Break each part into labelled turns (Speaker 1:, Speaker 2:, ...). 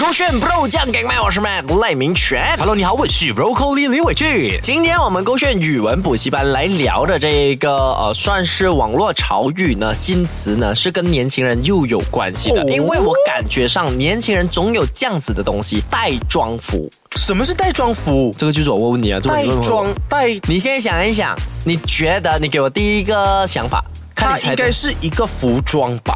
Speaker 1: 勾选 Bro 酱给麦，我是 Matt 赖明全。
Speaker 2: Hello，你好，我是 Broccoli 李伟俊。
Speaker 1: 今天我们勾选语文补习班来聊的这个呃，算是网络潮语呢，新词呢是跟年轻人又有关系的，
Speaker 3: 哦
Speaker 1: 因为我感觉上年轻人总有这样子的东西，带妆服，
Speaker 3: 什么是带妆服？
Speaker 1: 这个就是我问你啊，这个
Speaker 3: 带
Speaker 1: 你问我
Speaker 3: 妆带，
Speaker 1: 你先想一想，你觉得你给我第一个想法，看
Speaker 3: 它
Speaker 1: 你猜
Speaker 3: 应
Speaker 1: 对
Speaker 3: 该是一个服装吧？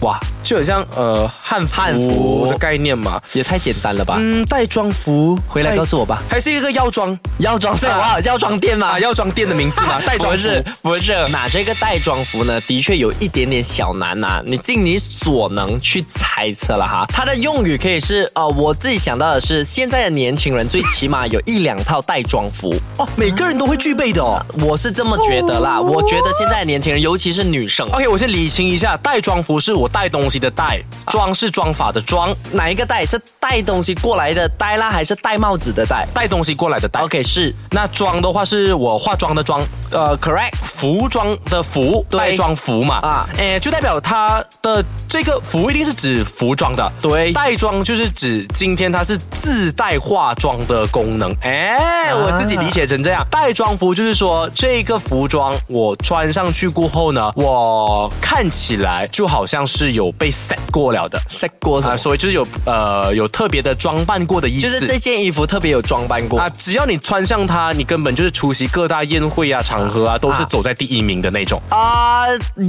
Speaker 1: 哇，
Speaker 3: 就很像呃汉服
Speaker 1: 汉服
Speaker 3: 的概念嘛。
Speaker 1: 也太简单了吧？
Speaker 3: 嗯，带妆服
Speaker 1: 回来
Speaker 3: 带
Speaker 1: 告诉我吧，
Speaker 3: 还是一个药妆
Speaker 1: 药妆是哇，药妆店嘛
Speaker 3: 啊，，药妆店的名字 嘛，带妆服
Speaker 1: 不是不是，拿这个带妆服呢，的确有一点点小难呐、你尽你所能去猜测了哈。它的用语可以是呃，我自己想到的是，现在的年轻人最起码有一两套带妆服，
Speaker 3: 哦，每个人都会具备的哦。
Speaker 1: 我是这么觉得啦。我觉得现在的年轻人，尤其是女生，
Speaker 3: OK，我先理清一下，带妆服是我带东西的带，妆是妆法的妆，
Speaker 1: 哪一个带是带东西过来的带啦，还是戴帽子的戴
Speaker 3: 带东西过来的带。
Speaker 1: ？OK，是
Speaker 3: 那妆的话是我化妆的妆，
Speaker 1: 呃，correct。
Speaker 3: 服装的服，
Speaker 1: 对
Speaker 3: 带妆服嘛，
Speaker 1: 啊
Speaker 3: 啊，诶，就代表它的这个服一定是指服装的，
Speaker 1: 对
Speaker 3: 带妆就是指今天它是自带化妆的功能，哎，
Speaker 1: 啊
Speaker 3: 我自己理解成这样，带妆服就是说这个服装我穿上去过后呢，我看起来就好像是有被 set 过了的。
Speaker 1: 塞过什么？
Speaker 3: 啊，所以就是有呃有特别的装扮过的意思，
Speaker 1: 哦就是这件衣服特别有装扮过
Speaker 3: 啊，只要你穿上它，你根本就是出席各大宴会啊、场合啊，都是走在第一名的那种。
Speaker 1: 啊、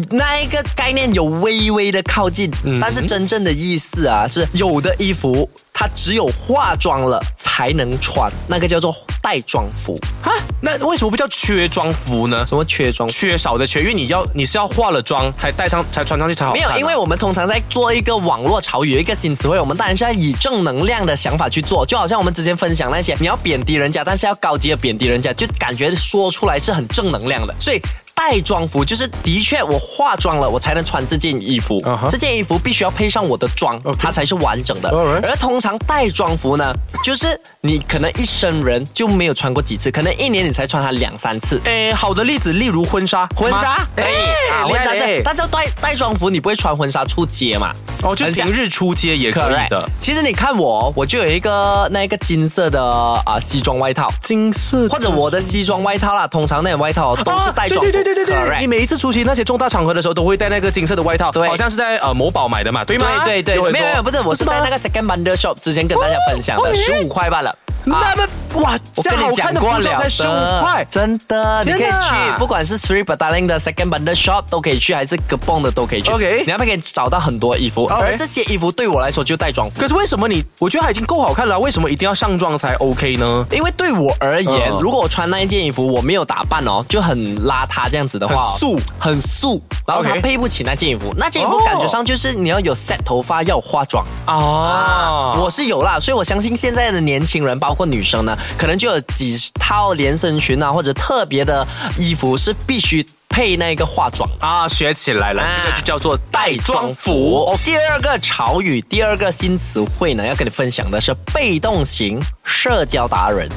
Speaker 1: 那一个概念有微微的靠近，但是真正的意思啊，是有的衣服它只有化妆了才能穿，那个叫做带妆服。
Speaker 3: 啊，那为什么不叫缺妆服呢？
Speaker 1: 什么缺妆？
Speaker 3: 缺少的缺，因为你要你是要化了妆才戴上才穿上去才好
Speaker 1: 没
Speaker 3: 看
Speaker 1: 有
Speaker 3: 啊、，
Speaker 1: 因为我们通常在做一个网络潮语、一个新词汇，我们当然是要以正能量的想法去做，就好像我们之前分享那些，你要贬低人家，但是要高级的贬低人家，就感觉说出来是很正能量的，所以。带妆服就是的确，我化妆了，我才能穿这件衣服。
Speaker 3: 啊哈
Speaker 1: 这件衣服必须要配上我的妆它才是完整的。
Speaker 3: Alright
Speaker 1: 而通常带妆服呢，就是你可能一生人就没有穿过几次，可能一年你才穿它两三次。
Speaker 3: 诶，呃好的例子，例如婚纱，
Speaker 1: 婚纱可以啊，
Speaker 3: 啊，
Speaker 1: 婚纱是，
Speaker 3: 但
Speaker 1: 但是要带带妆服，你不会穿婚纱出街嘛？
Speaker 3: 哦，就
Speaker 1: 很像
Speaker 3: 平日出街也可以的。
Speaker 1: 其实你看我，我就有一个那一个金色的啊、西装外套，
Speaker 3: 金色
Speaker 1: 或者我的西装外套啦，通常那种外套都是带
Speaker 3: 啊
Speaker 1: 妆
Speaker 3: 对
Speaker 1: 服、
Speaker 3: 对对对对对
Speaker 1: correct
Speaker 3: 你每一次出席那些重大场合的时候，都会戴那个金色的外套，
Speaker 1: 对
Speaker 3: 好像是在呃某宝买的嘛，对吗？
Speaker 1: 对对对，
Speaker 3: 很
Speaker 1: 没有
Speaker 3: 多
Speaker 1: 没有，不是，我是
Speaker 3: 吗
Speaker 1: 在那个 Second Bundle Shop 之前跟大家分享
Speaker 3: 哦
Speaker 1: 的，
Speaker 3: ，OK
Speaker 1: 十五块罢了。啊
Speaker 3: 那么哇，
Speaker 1: 我
Speaker 3: 这
Speaker 1: 跟
Speaker 3: 样好
Speaker 1: 你讲
Speaker 3: 看的
Speaker 1: 过
Speaker 3: 服装
Speaker 1: 了
Speaker 3: 才十五块，
Speaker 1: 真的，你可以
Speaker 3: 天哪
Speaker 1: 去，不管是 Sri p a d a l i n g 的 Second Bundle Shop 都可以去，还是 g a b o n 的都可以去。
Speaker 3: OK
Speaker 1: 你那边可以找到很多衣服，
Speaker 3: OK
Speaker 1: 而这些衣服对我来说就带妆服。
Speaker 3: 可是为什么你？我觉得它已经够好看了，为什么一定要上妆才 OK 呢？
Speaker 1: 因为对我而言，
Speaker 3: 嗯
Speaker 1: 如果我穿那一件衣服，我没有打扮哦，就很邋遢这样子的话、
Speaker 3: 很素，
Speaker 1: 很素，然后它
Speaker 3: OK
Speaker 1: 配不起那件衣服。那件衣服感觉上就是你要有 set 头发，要有化妆。
Speaker 3: 啊，
Speaker 1: 我是有啦，所以我相信现在的年轻人，包括女生呢，可能就有几套连身裙啊，或者特别的衣服是必须配那个化妆的。
Speaker 3: 啊，学起来了，这个就叫做带妆服。
Speaker 1: 哦，第二个潮语，第二个新词汇呢，要跟你分享的是被动型社交达人。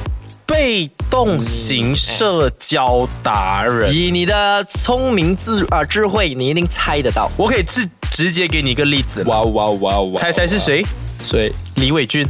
Speaker 3: 被动型社交达人，
Speaker 1: 以你的聪明智呃智慧，你一定猜得到。
Speaker 3: 我可以直直接给你一个例子，
Speaker 2: 哇哇哇哇！
Speaker 3: 猜猜是谁？
Speaker 2: 谁？
Speaker 3: 李伟俊，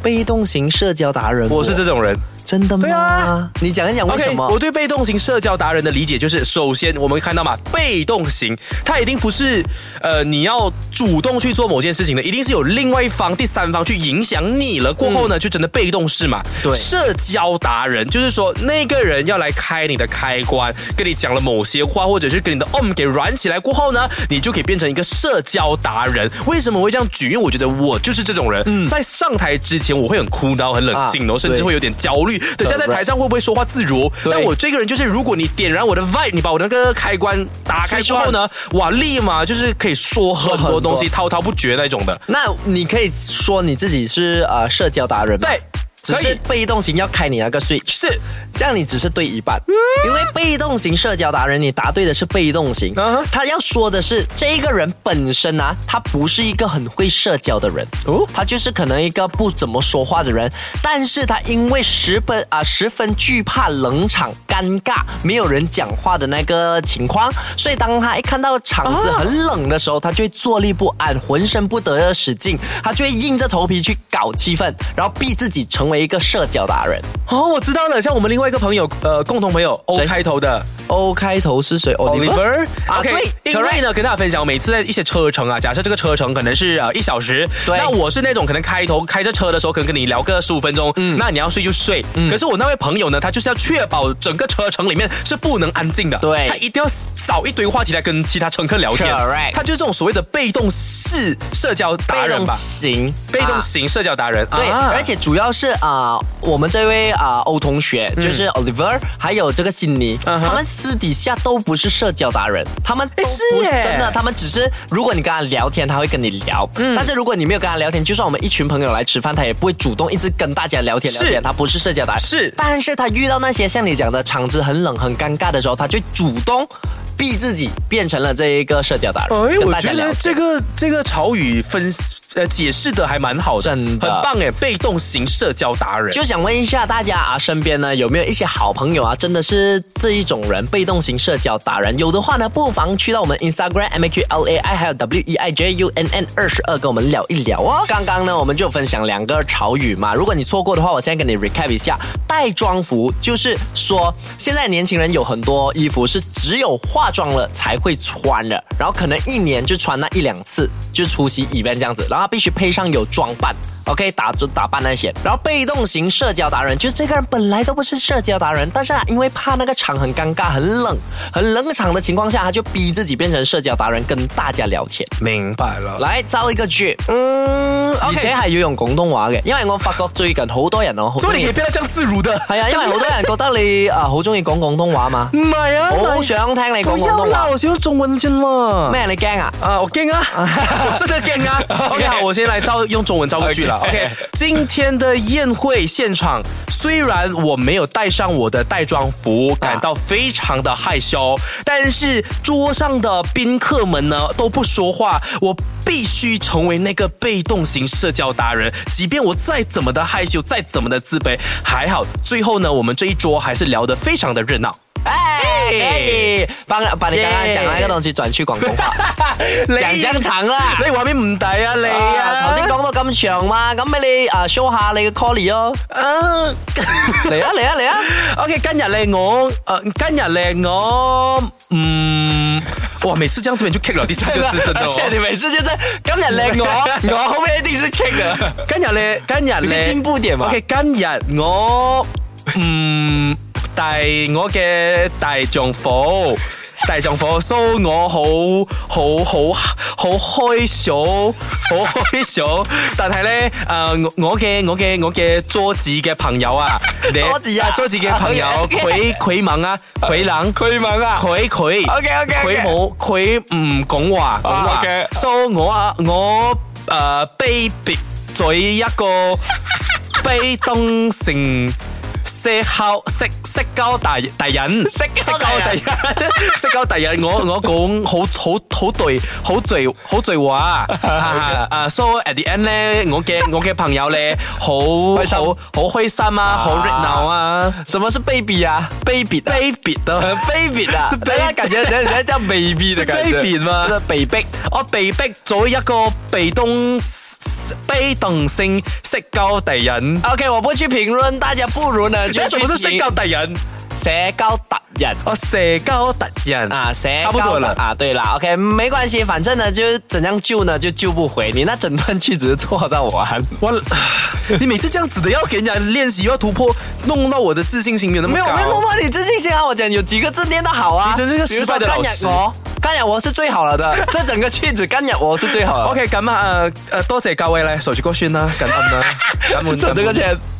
Speaker 1: 被动型社交达人，
Speaker 3: 我是这种人。
Speaker 1: 真的吗？
Speaker 3: 对啊
Speaker 1: 你讲一讲为什
Speaker 3: OK，
Speaker 1: 么
Speaker 3: 我对被动型社交达人的理解就是，首先我们看到嘛，被动型，它一定不是呃你要主动去做某件事情的，一定是有另外一方、第三方去影响你了。过后呢，就真的被动式嘛。
Speaker 1: 嗯对
Speaker 3: 社交达人就是说那个人要来开你的开关，跟你讲了某些话，或者是跟你的 on 给软起来过后呢，你就可以变成一个社交达人。为什么会这样举？因为我觉得我就是这种人，在上台之前我会很枯燥、很冷静，
Speaker 1: 嗯啊
Speaker 3: 然后甚至
Speaker 1: 对
Speaker 3: 会有点焦虑。等一下在台上会不会说话自如？
Speaker 1: 对
Speaker 3: 但我这个人就是，如果你点燃我的 vibe，你把我的那个开关打开之后呢，哇，立马就是可以说很
Speaker 1: 说很
Speaker 3: 多
Speaker 1: 多
Speaker 3: 东西，滔滔不绝那种的。
Speaker 1: 那你可以说你自己是呃社交达人吗？
Speaker 3: 对
Speaker 1: 只
Speaker 3: 可
Speaker 1: 是
Speaker 3: 以
Speaker 1: 被动型要开你那个 switch，
Speaker 3: 是
Speaker 1: 这样你只是对一半，因为被动型社交达人你答对的是被动型
Speaker 3: 啊哈，
Speaker 1: 他要说的是这一个人本身啊，他不是一个很会社交的人
Speaker 3: 哦
Speaker 1: 他就是可能一个不怎么说话的人，但是他因为十分啊十分惧怕冷场。尴尴尬、没有人讲话的那个情况。所以当他一看到场子很冷的时候，他就会坐立不安，浑身不得的使劲，他就会硬着头皮去搞气氛，然后逼自己成为一个社交达人。
Speaker 3: 哦，我知道了，像我们另外一个朋友，呃，共同朋友 O
Speaker 1: 谁
Speaker 3: 开头的
Speaker 1: O 开头是谁
Speaker 3: Oliver，
Speaker 1: 啊
Speaker 3: OK，
Speaker 1: 对
Speaker 3: 因为
Speaker 1: correct
Speaker 3: 呢，跟大家分享，我每次在一些车程啊，假设这个车程可能是呃一小时，
Speaker 1: 对
Speaker 3: 那我是那种可能开头开着车的时候，可能跟你聊个十五分钟，
Speaker 1: 嗯
Speaker 3: 那你要睡就睡。可是我那位朋友呢，他就是要确保整个车程里面是不能安静的，
Speaker 1: 对
Speaker 3: 他一定要找一堆话题来跟其他乘客聊天
Speaker 1: Correct
Speaker 3: 他就是这种所谓的被动式社交达
Speaker 1: 被
Speaker 3: 人
Speaker 1: 动
Speaker 3: 吧。
Speaker 1: 型，
Speaker 3: 被动
Speaker 1: 啊
Speaker 3: 型社交达人，
Speaker 1: 对，
Speaker 3: 啊
Speaker 1: 而且主要是啊、我们这位啊、欧同学，就是 Oliver，、还有这个辛尼
Speaker 3: 嗯哼
Speaker 1: 他们私底下都不是社交达人，他们都
Speaker 3: 诶是
Speaker 1: 不
Speaker 3: 耶
Speaker 1: 真的，他们只是如果你跟他聊天，他会跟你聊，
Speaker 3: 嗯
Speaker 1: 但是如果你没有跟他聊天，就算我们一群朋友来吃饭，他也不会主动一直跟大家聊天聊
Speaker 3: 是
Speaker 1: 天，他不是社交达人。
Speaker 3: 是
Speaker 1: 但是他遇到那些像你讲的场子很冷很尴尬的时候，他就主动逼自己变成了这一个社交达人，
Speaker 3: 哎，
Speaker 1: 跟
Speaker 3: 我
Speaker 1: 大家
Speaker 3: 觉
Speaker 1: 聊
Speaker 3: 得
Speaker 1: 天。
Speaker 3: 这个这个潮语分析呃解释的还蛮好的，
Speaker 1: 真的
Speaker 3: 很棒哎，被动型社交达人。
Speaker 1: 就想问一下大家啊，身边呢有没有一些好朋友啊，真的是这一种人，被动型社交达人？有的话呢，不妨去到我们 Instagram M A Q L A I 还有 W E I J U N N 二十二，跟我们聊一聊哦。刚刚呢，我们就有分享两个潮语嘛，如果你错过的话，我现在给你 recap 一下。带妆服就是说，现在年轻人有很多衣服是只有化妆了才会穿的，然后可能一年就穿那一两次，就出席 event 这样子，然后它必须配上有装扮。OK，打打扮那些，然后被动型社交达人，就是这个人本来都不是社交达人，但是啊，因为怕那个场很尴尬、很冷、很冷场的情况下，他就逼自己变成社交达人，跟大家聊天。
Speaker 3: 明白了，
Speaker 1: 来造一個句，
Speaker 3: 嗯
Speaker 1: 而且係要用廣東話嘅，因為我發覺最近好多人哦，好
Speaker 3: 所
Speaker 1: 中
Speaker 3: 以你
Speaker 1: 意
Speaker 3: 可以变得这样自如的。
Speaker 1: 係啊，因為好多人覺得你啊好中意講廣東話嘛，
Speaker 3: 唔系啊，
Speaker 1: 我好
Speaker 3: 唔係
Speaker 1: 想聽你講
Speaker 3: 不
Speaker 1: 廣
Speaker 3: 要
Speaker 1: 東
Speaker 3: 啦，
Speaker 1: 話。
Speaker 3: 我想要中文先啦。
Speaker 1: 咩？你驚啊？
Speaker 3: 啊，我 g 啊， 我真的 g 啊。OK，好， 我先来造用中文造个句了。OK，今天的宴会现场，虽然我没有带上我的带妆服，感到非常的害羞，但是桌上的宾客们呢都不说话，我。必须成为那个被动型社交达人，即便我再怎么的害羞，再怎么的自卑，还好最后呢，我们这一桌还是聊得非常的热闹。
Speaker 1: 哎，可以幫把你剛剛講那個東西轉去廣東話，講
Speaker 3: 你
Speaker 1: 正常啦。
Speaker 3: 你话咩唔抵啊你啊？
Speaker 1: 啊！頭先講到咁長嘛，咁俾你啊 à, show 下你嘅 collie 哦，
Speaker 3: 啊。
Speaker 1: 嚟啊嚟啊嚟啊！
Speaker 3: OK，今日咧我，呃，今日咧我，嗯，哇，每次这样子你就 kick 了第三个字，真的、
Speaker 1: 而且你
Speaker 3: 哦。
Speaker 1: 每次就是今日靚我，我後面一定是 k 嘅。
Speaker 3: 今日咧，今日
Speaker 1: 你可以
Speaker 3: 咧，
Speaker 1: 進步點嘛
Speaker 3: OK，今日我，嗯，大我嘅大丈夫。大丈夫，所以我好好好好開手，好開手。但係咧，誒、我我嘅我嘅我嘅桌子嘅朋友啊，你
Speaker 1: 桌子啊
Speaker 3: 桌子嘅朋友，佢
Speaker 1: OK，OK
Speaker 3: 佢猛啊，佢冷，佢猛啊，佢佢
Speaker 1: OK，OK，OK
Speaker 3: 佢冇佢唔講話，講話
Speaker 1: OK
Speaker 3: 所以我啊我誒卑鄙在一 個被動性。社交社社交大大人，
Speaker 1: 社交達
Speaker 3: 社交
Speaker 1: 人
Speaker 3: 達人， 社交大人，我我講好好好對好聚好聚話啊啊！So at the end 咧，我 嘅我嘅朋友咧，好
Speaker 1: 心
Speaker 3: 好好開心啊，好熱鬧啊，
Speaker 1: 什么是 baby 啊？baby 的
Speaker 3: 卑鄙的
Speaker 1: baby à? 的，
Speaker 3: 是 baby
Speaker 1: 大家感觉人家叫 baby 的感觉，
Speaker 3: 是 baby 吗
Speaker 1: 是 baby
Speaker 3: 我被逼咗一個被動被動性社交大人，
Speaker 1: OK，我不去评论，大家不如呢就
Speaker 3: 咩什
Speaker 1: 去
Speaker 3: 麼是社
Speaker 1: 听
Speaker 3: 交大人？
Speaker 1: 社交达人。
Speaker 3: 哦，社交达人
Speaker 1: 啊，社交
Speaker 3: 差不多了
Speaker 1: 啊，对了，OK，没关系，反正呢，就是怎样救呢，就救不回。你那整段句子错到完，
Speaker 3: 我，你每次这样子的要给人家练习，又要突破，弄到我的自信心没有那么
Speaker 1: 没有，
Speaker 3: 高。
Speaker 1: 没有弄到你自信心啊！我讲有几个字念的好啊，
Speaker 3: 你真是一个失败的老师
Speaker 1: 比如说干扰我，干扰我是最好了的， 这整个句子干扰我 是最好的。
Speaker 3: 呃 OK，咁啊，誒、呃、多謝各位咧，手住歌宣啦，感恩啦，感恩，
Speaker 1: 手指歌
Speaker 3: 感恩
Speaker 1: 宣